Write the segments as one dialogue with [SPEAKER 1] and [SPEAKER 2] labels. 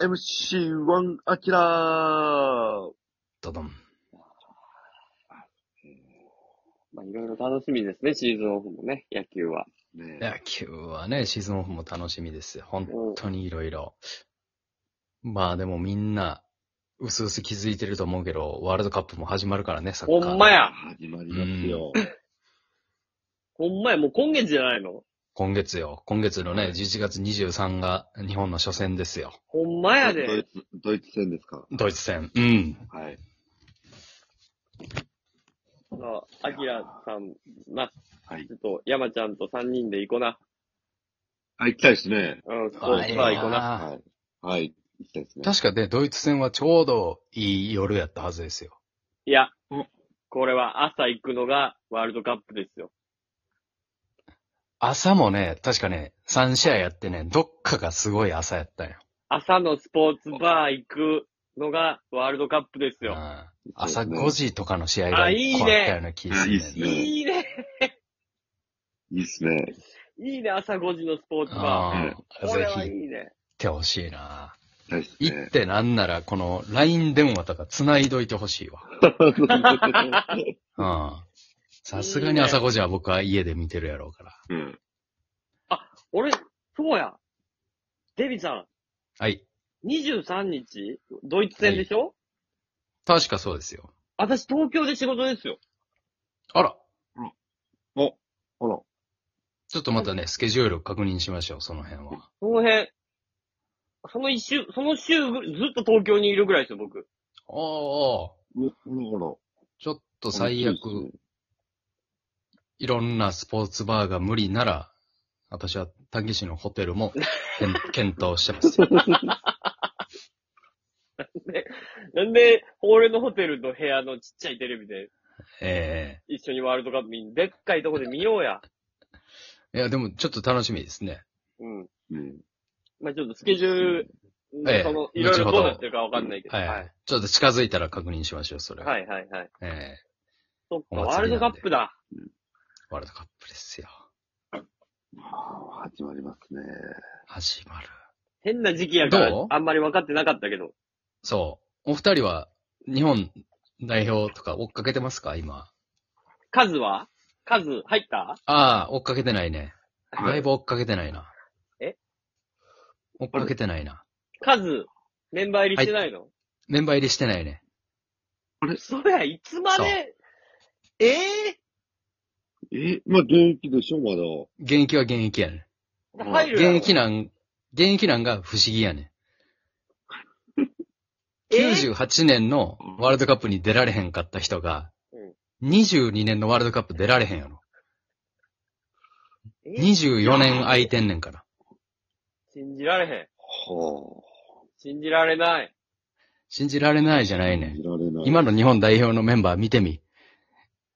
[SPEAKER 1] 4MC1 アキラー
[SPEAKER 2] ドドン。
[SPEAKER 3] まあ、いろいろ楽しみですね、シーズンオフもね、野球は。
[SPEAKER 1] ねえ
[SPEAKER 2] 野球はね、シーズンオフも楽しみですよ。本当にいろいろ。まあでもみんな、うすうす気づいてると思うけど、ワールドカップも始まるからね、サッカー。
[SPEAKER 3] ほんまや
[SPEAKER 1] 始まりますよ。
[SPEAKER 3] ほんまや、もう今月じゃないの
[SPEAKER 2] 今月よ。今月のね、11月23が日本の初戦ですよ。
[SPEAKER 3] ほんまや
[SPEAKER 1] ドイ
[SPEAKER 3] で。
[SPEAKER 1] ツ、ドイツ戦ですか
[SPEAKER 2] ドイツ戦。うん。
[SPEAKER 1] はい。
[SPEAKER 3] あアキラさん、な、
[SPEAKER 1] はい
[SPEAKER 3] ちょっと山ちゃんと3人で行こな。
[SPEAKER 1] あ、行きたいですね。
[SPEAKER 3] うん、スポ
[SPEAKER 1] あ
[SPEAKER 3] ーツバー
[SPEAKER 1] いい
[SPEAKER 3] 行こな。
[SPEAKER 2] な
[SPEAKER 1] はい。はい。行きたいですね。
[SPEAKER 2] 確かね、ドイツ戦はちょうどいい夜やったはずですよ。
[SPEAKER 3] いや
[SPEAKER 1] うん、
[SPEAKER 3] これは朝行くのがワールドカップですよ。
[SPEAKER 2] 朝もね、確かね、3試合やってね、どっかがすごい朝やったんよ。
[SPEAKER 3] 朝のスポーツバー行くのがワールドカップです
[SPEAKER 2] う
[SPEAKER 3] よ。
[SPEAKER 2] ん朝
[SPEAKER 1] そうですね
[SPEAKER 2] 5時とかの試合
[SPEAKER 3] あ
[SPEAKER 2] が
[SPEAKER 3] いい
[SPEAKER 2] 一個
[SPEAKER 3] ね
[SPEAKER 2] あったような気がするんだよ
[SPEAKER 1] あいいっすね
[SPEAKER 2] ね。
[SPEAKER 3] いいね。
[SPEAKER 1] いいですね。
[SPEAKER 3] いいね、朝5時のスポーツバ
[SPEAKER 2] あ
[SPEAKER 3] ー。
[SPEAKER 2] あ、
[SPEAKER 3] これ
[SPEAKER 2] ぜ
[SPEAKER 3] は
[SPEAKER 2] ひ
[SPEAKER 3] いい
[SPEAKER 2] 行っ
[SPEAKER 3] ね。
[SPEAKER 2] てほしいな。
[SPEAKER 1] 行きたいです
[SPEAKER 2] 行っ
[SPEAKER 1] ね。
[SPEAKER 2] てなんなら、この LINE 電話とか繋いどいてほしいわ。うん。さすがに朝5時は僕は家で見てるやろうから。
[SPEAKER 1] うん。
[SPEAKER 3] 俺、そうや。デビさ
[SPEAKER 2] はい。
[SPEAKER 3] ん、23日、ドイツ戦でしょ、
[SPEAKER 2] 確かそうですよ。
[SPEAKER 3] 私、東京で仕事ですよ。
[SPEAKER 2] あら、
[SPEAKER 1] お、ほら。
[SPEAKER 2] ちょっとまたね、スケジュール確認しましょう、その辺は。
[SPEAKER 3] その辺、その一週、その週ぐ、ずっと東京にいるぐらいですよ、僕。
[SPEAKER 2] おーおー
[SPEAKER 1] ほらほ
[SPEAKER 2] ちょっと
[SPEAKER 1] ら。
[SPEAKER 2] 最悪、いろんなスポーツバーが無理なら、私は短期市のホテルも検検討してます。
[SPEAKER 3] なんで、俺のホテルの部屋のちっちゃいテレビで、
[SPEAKER 2] え
[SPEAKER 3] 一緒にワールドカップ見に、でっかいとこで見ようや。
[SPEAKER 2] えいや、でもちょっと楽しみですね。
[SPEAKER 3] うん。
[SPEAKER 1] うん。
[SPEAKER 3] まあちょっとスケジュール、
[SPEAKER 2] ええ
[SPEAKER 3] その、いろい
[SPEAKER 2] 後
[SPEAKER 3] ろ
[SPEAKER 2] ほ
[SPEAKER 3] ど
[SPEAKER 2] ど
[SPEAKER 3] うなってるかわかんないけど。
[SPEAKER 2] はい。
[SPEAKER 3] はい
[SPEAKER 2] ちょっと近づいたら確認しましょう、それは。
[SPEAKER 3] はいはいはい。
[SPEAKER 2] ええ
[SPEAKER 3] そっ
[SPEAKER 2] お
[SPEAKER 3] か、
[SPEAKER 2] 祭りなんで
[SPEAKER 3] ワールドカップだ。
[SPEAKER 2] ワールドカップですよ。
[SPEAKER 1] ああ、始まりますね。
[SPEAKER 2] 始まる。
[SPEAKER 3] 変な時期やから
[SPEAKER 2] どう、
[SPEAKER 3] あんまり分かってなかったけど。
[SPEAKER 2] そう。お二人は、日本代表とか追っかけてますか今。
[SPEAKER 3] 数は数入った
[SPEAKER 2] ああ、追っかけてないね。
[SPEAKER 1] はい
[SPEAKER 2] だいぶ追っかけてないな。
[SPEAKER 3] え
[SPEAKER 2] 追っかけてないな。
[SPEAKER 3] 数、メンバー入りしてないの、
[SPEAKER 2] メンバー入りしてないね。
[SPEAKER 3] そりゃ、いつまで、ええ
[SPEAKER 1] え、まあ、現役でしょ、まだ。
[SPEAKER 2] 現役は現役やね。
[SPEAKER 1] うん
[SPEAKER 3] 入る
[SPEAKER 2] 現
[SPEAKER 3] やろ
[SPEAKER 2] 役なん、現役なんが不思議やね。
[SPEAKER 3] え
[SPEAKER 2] 98年のワールドカップに出られへんかった人が
[SPEAKER 3] うん、
[SPEAKER 2] 22年のワールドカップ出られへんやろ。
[SPEAKER 3] え
[SPEAKER 2] 24年空いてんねんから。
[SPEAKER 3] 信じられへん。
[SPEAKER 1] は
[SPEAKER 3] 信じられない。
[SPEAKER 2] 信じられないじゃ
[SPEAKER 1] あ。
[SPEAKER 2] ない
[SPEAKER 1] 信
[SPEAKER 2] ね
[SPEAKER 1] じ。られない。
[SPEAKER 2] 今の日本代表のメンバー見てみ。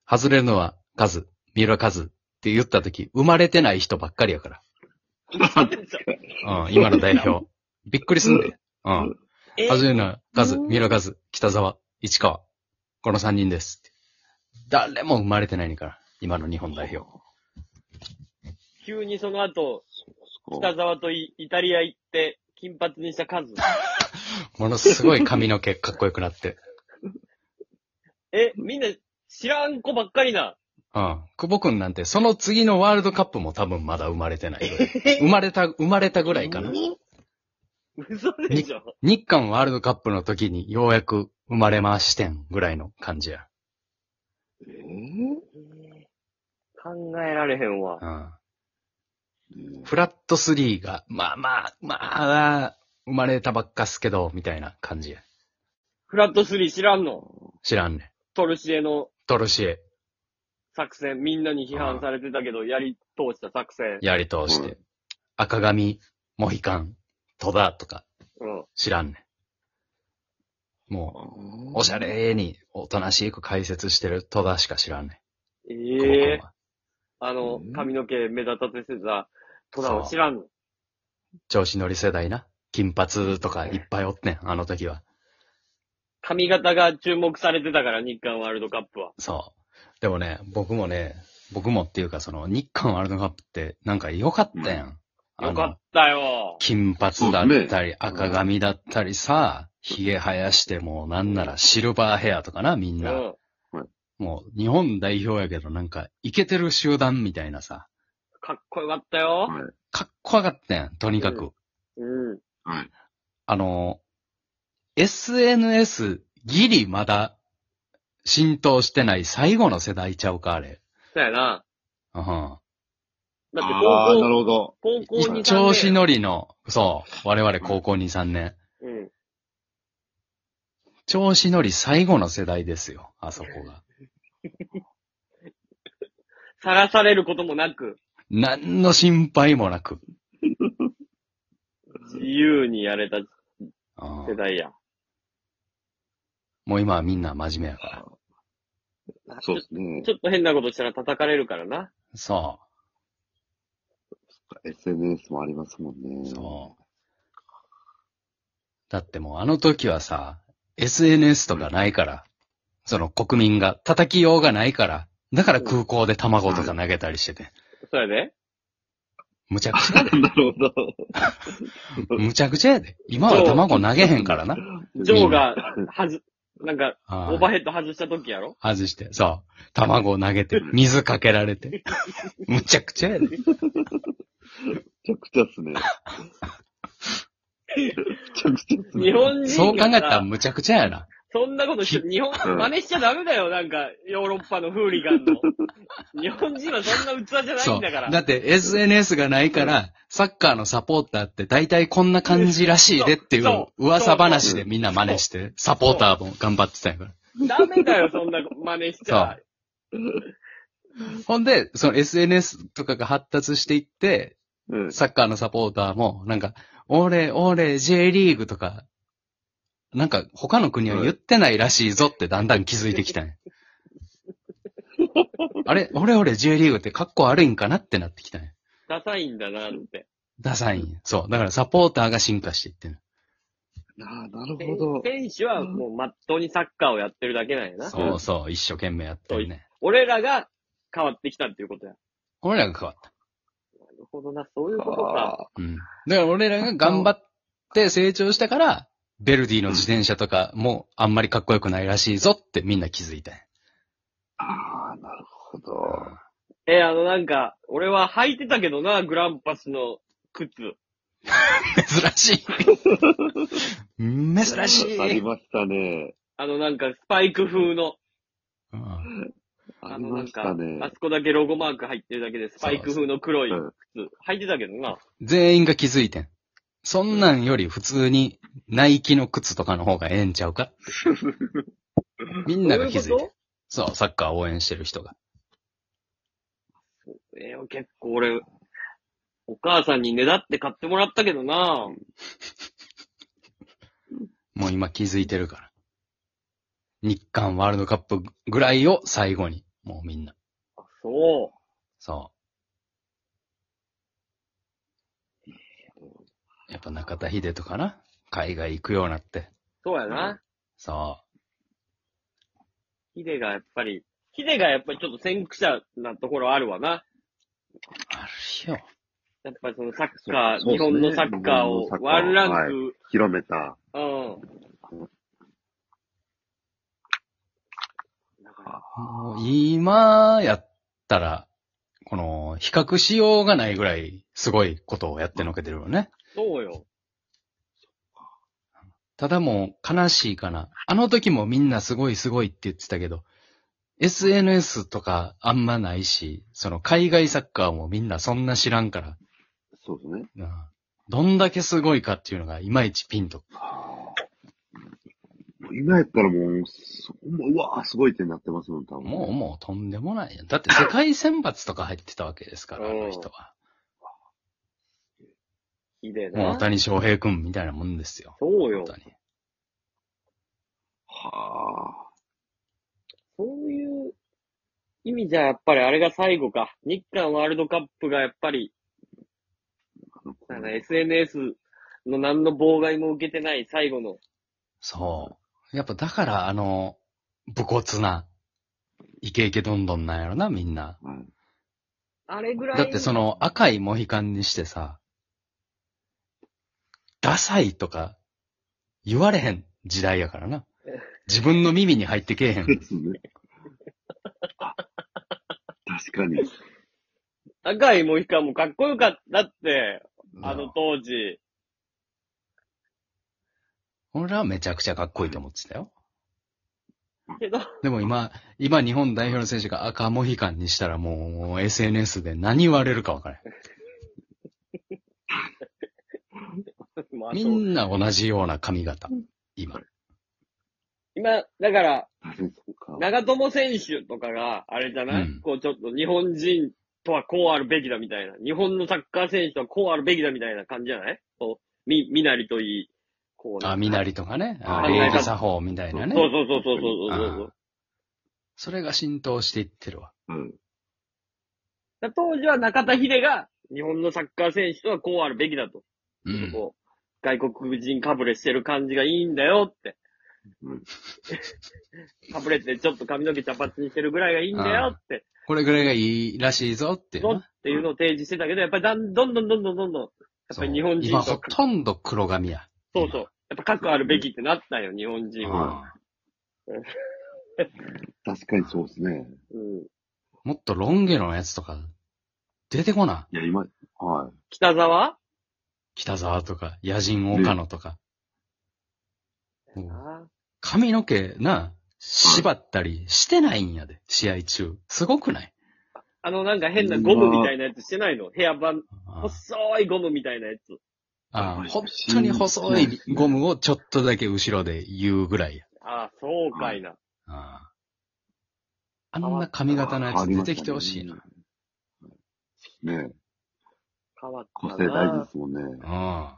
[SPEAKER 2] 外れるのはカズ、三浦カズって言った時、生まれてない人ばっかりやか
[SPEAKER 3] 嘘でしょ
[SPEAKER 2] ら。 うん、今の代表。びっくりすんで。うん。
[SPEAKER 3] え
[SPEAKER 2] 外れるのはカズ、三浦カズ、北沢、市川。この3人ですって。誰も生まれてないねんから。今の日本代表。
[SPEAKER 3] 急にその後、
[SPEAKER 1] そうっすか
[SPEAKER 3] 北沢とイイタリア行って、金髪にした数。
[SPEAKER 2] ものすごい髪の毛かっこよくなって。
[SPEAKER 3] え、みんな知らん子ばっかりな。
[SPEAKER 2] うん。久保くんなんて、その次のワールドカップも多分まだ生まれてないぐらい。 生まれた、生まれたぐらいかな。
[SPEAKER 3] 嘘でしょ
[SPEAKER 2] 日韓ワールドカップの時にようやく生まれましてんぐらいの感じや。
[SPEAKER 1] えー
[SPEAKER 3] 考えられへんわ。
[SPEAKER 2] うん。
[SPEAKER 1] ね
[SPEAKER 2] フラット3が、まあまあ、まあ、生まれたばっかっすけど、みたいな感じや。
[SPEAKER 3] フラット3知らんの。
[SPEAKER 2] 知らんねん。
[SPEAKER 3] トルシエの
[SPEAKER 2] トルシエ、
[SPEAKER 3] 作戦、みんなに批判されてたけど、やり通した作戦。
[SPEAKER 2] やり通して。赤髪、モヒカン、戸田とか、
[SPEAKER 3] うん。
[SPEAKER 2] 知らんねん。もう、おしゃ。
[SPEAKER 1] あ
[SPEAKER 2] れに、おとなしく解説してる戸田しか知らんねん。久保
[SPEAKER 3] え
[SPEAKER 2] 君
[SPEAKER 3] え
[SPEAKER 2] は
[SPEAKER 3] あの
[SPEAKER 1] うん、
[SPEAKER 3] 髪の毛目立たせてた、トラを知らんの。
[SPEAKER 2] 調子乗り世代な。金髪とかいっぱいおってん、あの時は。
[SPEAKER 3] 髪型が注目されてたから、日韓ワールドカップは。
[SPEAKER 2] そう。でもね、僕もね、僕もっていうか、その、日韓ワールドカップって、なんか良かったやん。あ
[SPEAKER 3] よ
[SPEAKER 2] の
[SPEAKER 3] かったよ。
[SPEAKER 2] 金髪だったり、赤髪だったりさ、髭生やしてもうなんならシルバーヘアとかな、みん
[SPEAKER 3] う
[SPEAKER 2] な。
[SPEAKER 3] ん。
[SPEAKER 2] もう日本代表やけどなんか、イケてる集団みたいなさ、
[SPEAKER 3] かっこよかった
[SPEAKER 1] は
[SPEAKER 3] よ。
[SPEAKER 1] い。
[SPEAKER 2] かっこよかったやん、とにかく。
[SPEAKER 3] うん。
[SPEAKER 1] はい。
[SPEAKER 2] あの、SNS ギリまだ浸透してない最後の世代ちゃうか、あれ。
[SPEAKER 3] そうやな。
[SPEAKER 2] うん。
[SPEAKER 3] だって
[SPEAKER 1] ああ、な
[SPEAKER 3] 高
[SPEAKER 1] るほど。
[SPEAKER 3] 校、高校に
[SPEAKER 2] 一調子
[SPEAKER 3] の。
[SPEAKER 2] 乗りの、そう、我々高校2、3年。
[SPEAKER 3] うん。
[SPEAKER 2] 調子乗り最後の世代ですよ、あそこが。
[SPEAKER 3] さらされることもなく、
[SPEAKER 2] 何の心配もなく。
[SPEAKER 3] 自由にやれた
[SPEAKER 2] うん
[SPEAKER 3] 世代や。
[SPEAKER 2] もう今はみんな真面目やから。
[SPEAKER 1] そうですね。
[SPEAKER 3] ちょっと変なことしたら叩かれるからな。
[SPEAKER 2] そ
[SPEAKER 1] SNS もありますもんね。
[SPEAKER 2] う、そう。だってもうあの時はさ、SNS とかないから、その国民が叩きようがないから、だから空港で卵とか投げたりしてて。
[SPEAKER 3] そうやで。
[SPEAKER 2] むちゃくちゃやで。
[SPEAKER 1] なるほど。
[SPEAKER 2] むちゃくちゃやで。今は卵投げへんからな。
[SPEAKER 3] ジョーが、はず、なんか、
[SPEAKER 2] あ
[SPEAKER 3] オーバーヘッド外した時やろ
[SPEAKER 2] 外して、そう。卵を投げて、水かけられ て。むちゃくちゃやで。
[SPEAKER 1] めちゃくちゃっ すね。めちゃくちゃっすね。
[SPEAKER 3] 日本人がさ
[SPEAKER 2] そう考えたらむちゃくちゃやな。
[SPEAKER 3] そんなことし、日本、真似しちゃダメだよ、なんか、ヨーロッパのフーリガンの。日本人はそんな器じゃない
[SPEAKER 2] そ
[SPEAKER 3] ん
[SPEAKER 2] う。
[SPEAKER 3] だから。
[SPEAKER 2] だって SNS がないから、サッカーのサポーターって大体こんな感じらしいでってい
[SPEAKER 3] そう
[SPEAKER 2] う
[SPEAKER 3] そう
[SPEAKER 2] 噂話でみんな真似して、サポーターも頑張ってたんやから。
[SPEAKER 3] ダメだよ、そんな真似しちゃ。
[SPEAKER 2] ほんで、その SNS とかが発達していって、
[SPEAKER 1] うん。
[SPEAKER 2] サッカーのサポーターも、なんか、俺、俺、J リーグとか、なんか他の国は言ってないらしいぞってだんだん気づいてきた んや。あれ、俺、俺、J リーグって格好悪いんかなってなってきたんや。
[SPEAKER 3] ダサいんだなって。
[SPEAKER 2] ダサいんや。そう。だからサポーターが進化していってんの
[SPEAKER 1] ああ、なる
[SPEAKER 3] 選
[SPEAKER 1] ほど。
[SPEAKER 3] 選手はもうまっとうにサッカーをやってるだけなんやな。
[SPEAKER 2] そうそう、一生懸命やってるね。
[SPEAKER 3] 俺らが変わってきたっていうことや。
[SPEAKER 2] 俺らが変わった。
[SPEAKER 3] なるほどな、そういうことか。
[SPEAKER 1] あ
[SPEAKER 2] うん。だから俺らが頑張って成長したから、ベルディの自転車とかもあんまりかっこよくないらしいぞってみんな気づいたんや
[SPEAKER 1] あ、なるほど。
[SPEAKER 3] えあのなんか、俺は履いてたけどな、グランパスの靴。
[SPEAKER 2] 珍しい。珍し
[SPEAKER 1] あり
[SPEAKER 2] い。
[SPEAKER 1] ましたね。
[SPEAKER 3] あのなんか、スパイク風の。
[SPEAKER 2] うん
[SPEAKER 1] ありましたね。
[SPEAKER 3] あそこだけロゴマーク入ってるだけで、スパイク風の黒い
[SPEAKER 1] うん
[SPEAKER 3] 靴。履いてたけどな。
[SPEAKER 2] 全員が気づいてん。そんなんより普通に、ナイキの靴とかの方がええんちゃう かってみんなが気づい
[SPEAKER 3] どう
[SPEAKER 2] て
[SPEAKER 3] い
[SPEAKER 2] ん。そう、サッカー応援してる人が。
[SPEAKER 3] えー結構俺、お母さんにねだって買ってもらったけどな。
[SPEAKER 2] もう今気づいてるから。日韓ワールドカップぐらいを最後に、もうみんな。
[SPEAKER 3] あそ
[SPEAKER 2] そう。やっぱ中田秀とかな海外行くようになって。
[SPEAKER 3] う。そうやな。
[SPEAKER 2] そ
[SPEAKER 3] ヒデがやっぱり、ヒデがやっぱりちょっと先駆者なところあるわな。
[SPEAKER 2] う。あるよ。
[SPEAKER 3] やっぱりそのサッカー、
[SPEAKER 1] そう
[SPEAKER 3] 日本のサッカーを
[SPEAKER 1] 日本のサッカー
[SPEAKER 3] ワンラン
[SPEAKER 1] 広めた。
[SPEAKER 3] ク、うん。だから、
[SPEAKER 2] もう今やったら、この、比較しようがないぐらい、すごいことをやってのけてるよね。
[SPEAKER 3] そうよ。
[SPEAKER 2] ただもう悲しいかな。あの時もみんなすごいすごいって言ってたけど、SNS とかあんまないし、その海外サッカーもみんなそんな知らんから、
[SPEAKER 1] そうですね。
[SPEAKER 2] うんどんだけすごいかっていうのがいまいちピンと。
[SPEAKER 1] 今やったらもう、そもううわーすごいってなってますもん、多分。
[SPEAKER 2] もうもうとんでもないやん。だって世界選抜とか入ってたわけですから、あ
[SPEAKER 3] うん
[SPEAKER 2] の人は。
[SPEAKER 3] ヒデ
[SPEAKER 2] もう大
[SPEAKER 3] な。
[SPEAKER 2] 谷翔平くんみたいなもんですよ。
[SPEAKER 3] そうよ
[SPEAKER 2] 本。当に。
[SPEAKER 1] は
[SPEAKER 3] そういう意味じゃやっぱりあれが最後か。日韓ワールドカップがやっぱり、
[SPEAKER 1] あ。
[SPEAKER 3] なんか SNS の何の妨害も受けてない最後の。
[SPEAKER 2] そう。やっぱだからあの、武骨な、イケイケどんどんなんやろな、みんな。
[SPEAKER 1] はい
[SPEAKER 3] あれぐらい。
[SPEAKER 2] だってその赤いモヒカンにしてさ、ダサいとか言われへん時代やからな。自分の耳に入ってけえへん。
[SPEAKER 1] ですね。あ確かに。
[SPEAKER 3] 赤いモヒカンもかっこよかったって、あの当時。
[SPEAKER 2] 俺らはめちゃくちゃかっこいいと思ってたよ。
[SPEAKER 3] けど、
[SPEAKER 2] でも今、今日本代表の選手が赤モヒカンにしたらもうもう SNS で何言われるかわからへ
[SPEAKER 3] まあ
[SPEAKER 2] ん。み
[SPEAKER 3] そう。
[SPEAKER 2] んな同じような髪型。今。
[SPEAKER 3] 今、だから、
[SPEAKER 1] 確かにそうか。
[SPEAKER 3] 長友選手とかが、あれじゃない、
[SPEAKER 2] うん
[SPEAKER 3] こうちょっと日本人とはこうあるべきだみたいな。日本のサッカー選手とはこうあるべきだみたいな感じじゃないこう、み、みなりといい。こう
[SPEAKER 2] あ、みなりとかね。あ
[SPEAKER 1] あ
[SPEAKER 2] 礼儀作法みたいなね。
[SPEAKER 3] そうそうそうそうそうそうそう
[SPEAKER 2] あ。それが浸透していってるわ。
[SPEAKER 1] うん。
[SPEAKER 3] だ当時は中田秀が日本のサッカー選手とはこうあるべきだと。
[SPEAKER 2] うん。
[SPEAKER 3] こう外国人かぶれしてる感じがいいんだよって。
[SPEAKER 1] うん
[SPEAKER 3] かぶれてちょっと髪の毛茶髪にしてるぐらいがいいんだよって、
[SPEAKER 2] これぐらいがいいらしいぞっていう
[SPEAKER 3] のっ
[SPEAKER 2] な。
[SPEAKER 3] ていうのを提示してたけど、やっぱりだんどんどんどんどんどんどん、やっぱり日本人
[SPEAKER 2] 今
[SPEAKER 3] と
[SPEAKER 2] ほとんど黒髪や。
[SPEAKER 3] そうそう。やっぱ核あるべきってなったよ、日本
[SPEAKER 1] う
[SPEAKER 3] 人
[SPEAKER 2] うんん
[SPEAKER 3] は。
[SPEAKER 1] 確かにそうですね。
[SPEAKER 3] うん。
[SPEAKER 2] もっとロン毛のやつとか、出てこない
[SPEAKER 1] や、今、はい。
[SPEAKER 3] 北沢
[SPEAKER 2] 北沢とか、野人岡野とか。もう
[SPEAKER 3] あ
[SPEAKER 2] 髪の毛な、縛ったりしてないんやで、試合中。すごくない
[SPEAKER 3] あのなんか変なゴムみたいなやつしてないのヘアバン、
[SPEAKER 2] あ
[SPEAKER 3] 細いゴムみたいなやつ。
[SPEAKER 2] あ本当に細いゴムをちょっとだけ後ろで言うぐらいや。
[SPEAKER 3] ああ、そうかいな。
[SPEAKER 2] ああんな髪型のやつ出てきてほしいな。
[SPEAKER 1] ねえ、
[SPEAKER 3] 変わった
[SPEAKER 1] 個
[SPEAKER 3] な。
[SPEAKER 1] 性大事ですもんね。
[SPEAKER 2] うん。